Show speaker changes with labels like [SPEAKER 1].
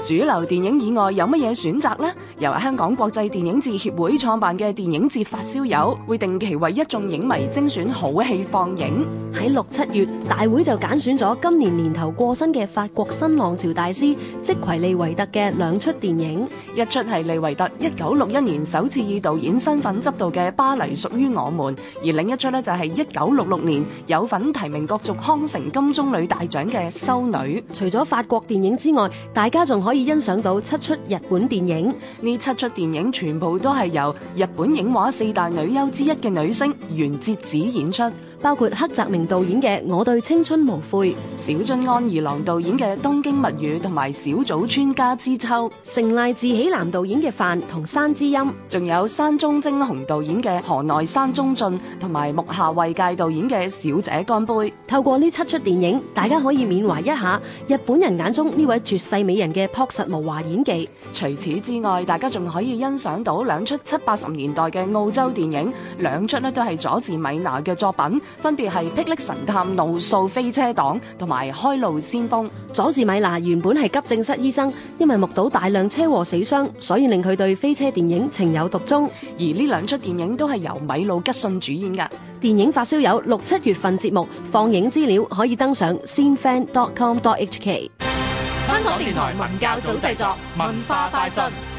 [SPEAKER 1] 主流電影以外有乜嘢選擇呢？由香港國際電影節協會創辦嘅電影節發燒友會定期為一眾影迷精選好戲放映。
[SPEAKER 2] 喺六七月，大會就揀選咗今年年頭過身嘅法國新浪潮大師即葵利維特嘅兩出電影。
[SPEAKER 1] 一出係利維特一九六一年首次以導演身份執導嘅《巴黎屬於我們》，而另一出呢，就係一九六六年有份提名角逐康城金棕櫚大獎嘅《修女》。
[SPEAKER 2] 除咗法國電影之外，大家仲可以欣賞到七出日本電影。
[SPEAKER 1] 呢七出電影全部都係由日本影畫四大女優之一嘅女星原節子演出，
[SPEAKER 2] 包括黑澤明導演嘅《我對青春無悔》、
[SPEAKER 1] 小津安二郎導演嘅《東京物語》同埋小早川家之秋，
[SPEAKER 2] 成瀨智喜男導演嘅《飯》同《山之音》。
[SPEAKER 1] 仲有山中晶雄導演嘅《河內山中俊》同埋木下惠介導演嘅《小姐乾杯》。
[SPEAKER 2] 透過呢七出電影，大家可以緬懷一下日本人眼中呢位絕世美人嘅樸實無華演技。
[SPEAKER 1] 除此之外，大家仲可以欣賞到兩出七八十年代嘅澳洲電影，兩出呢都係佐治米娜嘅作品，分別係《霹靂神探怒掃飛車黨》同埋《開路先鋒》。
[SPEAKER 2] 佐治米娜原本係急症室醫生，因為目睹大量車禍死傷，所以令佢對飛車電影情有獨鍾。
[SPEAKER 1] 而呢兩出電影都係由米魯吉信主演㗎。
[SPEAKER 2] 電影發燒友六七月份節目放映資料可以登上 cinefan.com.hk。
[SPEAKER 3] 香港電台文教組製作，文化快訊。